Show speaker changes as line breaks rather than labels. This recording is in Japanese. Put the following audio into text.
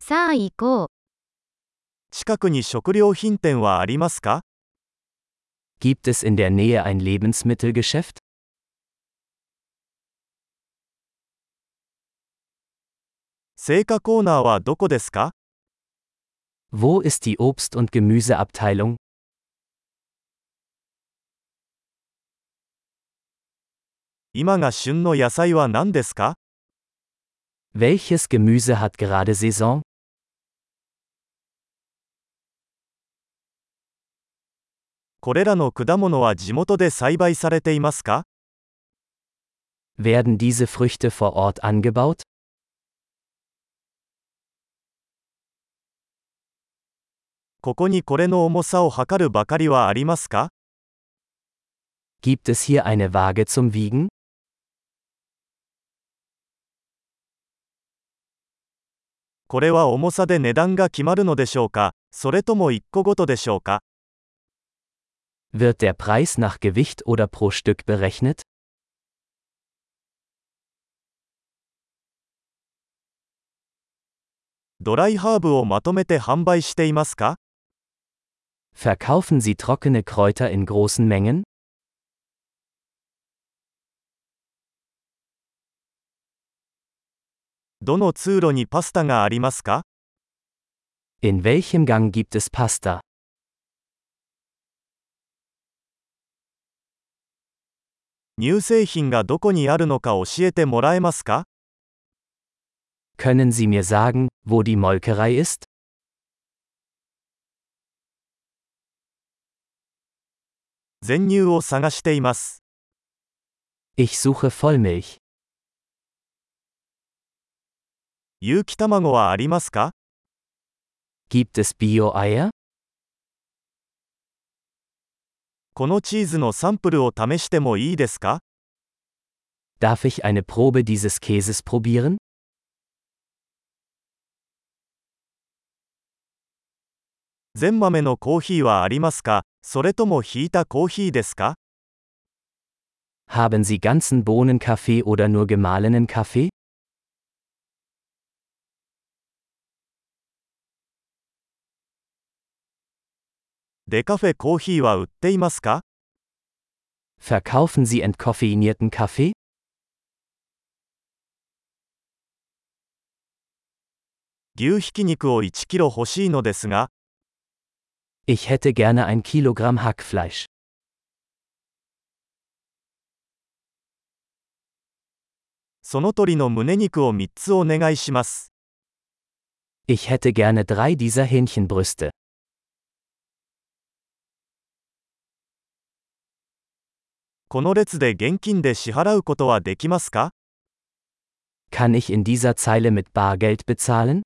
さあ行こう。
近くに食料品店はありますか
Gibt es in der Nähe ein Lebensmittelgeschäft?
青果コーナーはどこですか
Wo ist die Obst- und Gemüseabteilung?
今が旬の野菜は何ですか
Welches Gemüse hat gerade Saison?
これらの果物は地元で栽培されていますか
Werden diese Früchte vor Ort angebaut?
ここにこれの重さを測るばかりはありますか
Gibt es hier eine Waage zum Wiegen?
これは重さで値段が決まるのでしょうかそれとも1個ごとでしょうか
Wird der Preis nach Gewicht oder pro Stück berechnet?
ドライハーブをまとめて販売していますか
Verkaufen Sie trockene Kräuter in großen Mengen?
どの通路にパスタがありますか
In welchem Gang gibt es Pasta?
乳製品がどこにあるのか教えてもらえますか
Können Sie mir sagen, wo die Molkerei ist?
全乳を探しています
Ich suche Vollmilch.
有機卵はありますか
Gibt es Bio-Eier?
このチーズのサンプルを試してもいいですか
Darf ich eine Probe dieses Käses probieren?
全豆のコーヒーはありますかそれともひいたコーヒーですか
Haben Sie ganzen Bohnenkaffee oder nur gemahlenen Kaffee?
デカフェコーヒーは売っていますか
Verkaufen Sie entkoffeinierten Kaffee?
牛ひき肉を1キロ欲しいのですが
Ich hätte gerne ein Kilogramm Hackfleisch.
その鳥の胸肉を3つお願いします
Ich hätte gerne drei dieser Hähnchenbrüste.
この列で現金で支払うことはできますか
Kann ich in dieser Zeile mit Bargeld bezahlen?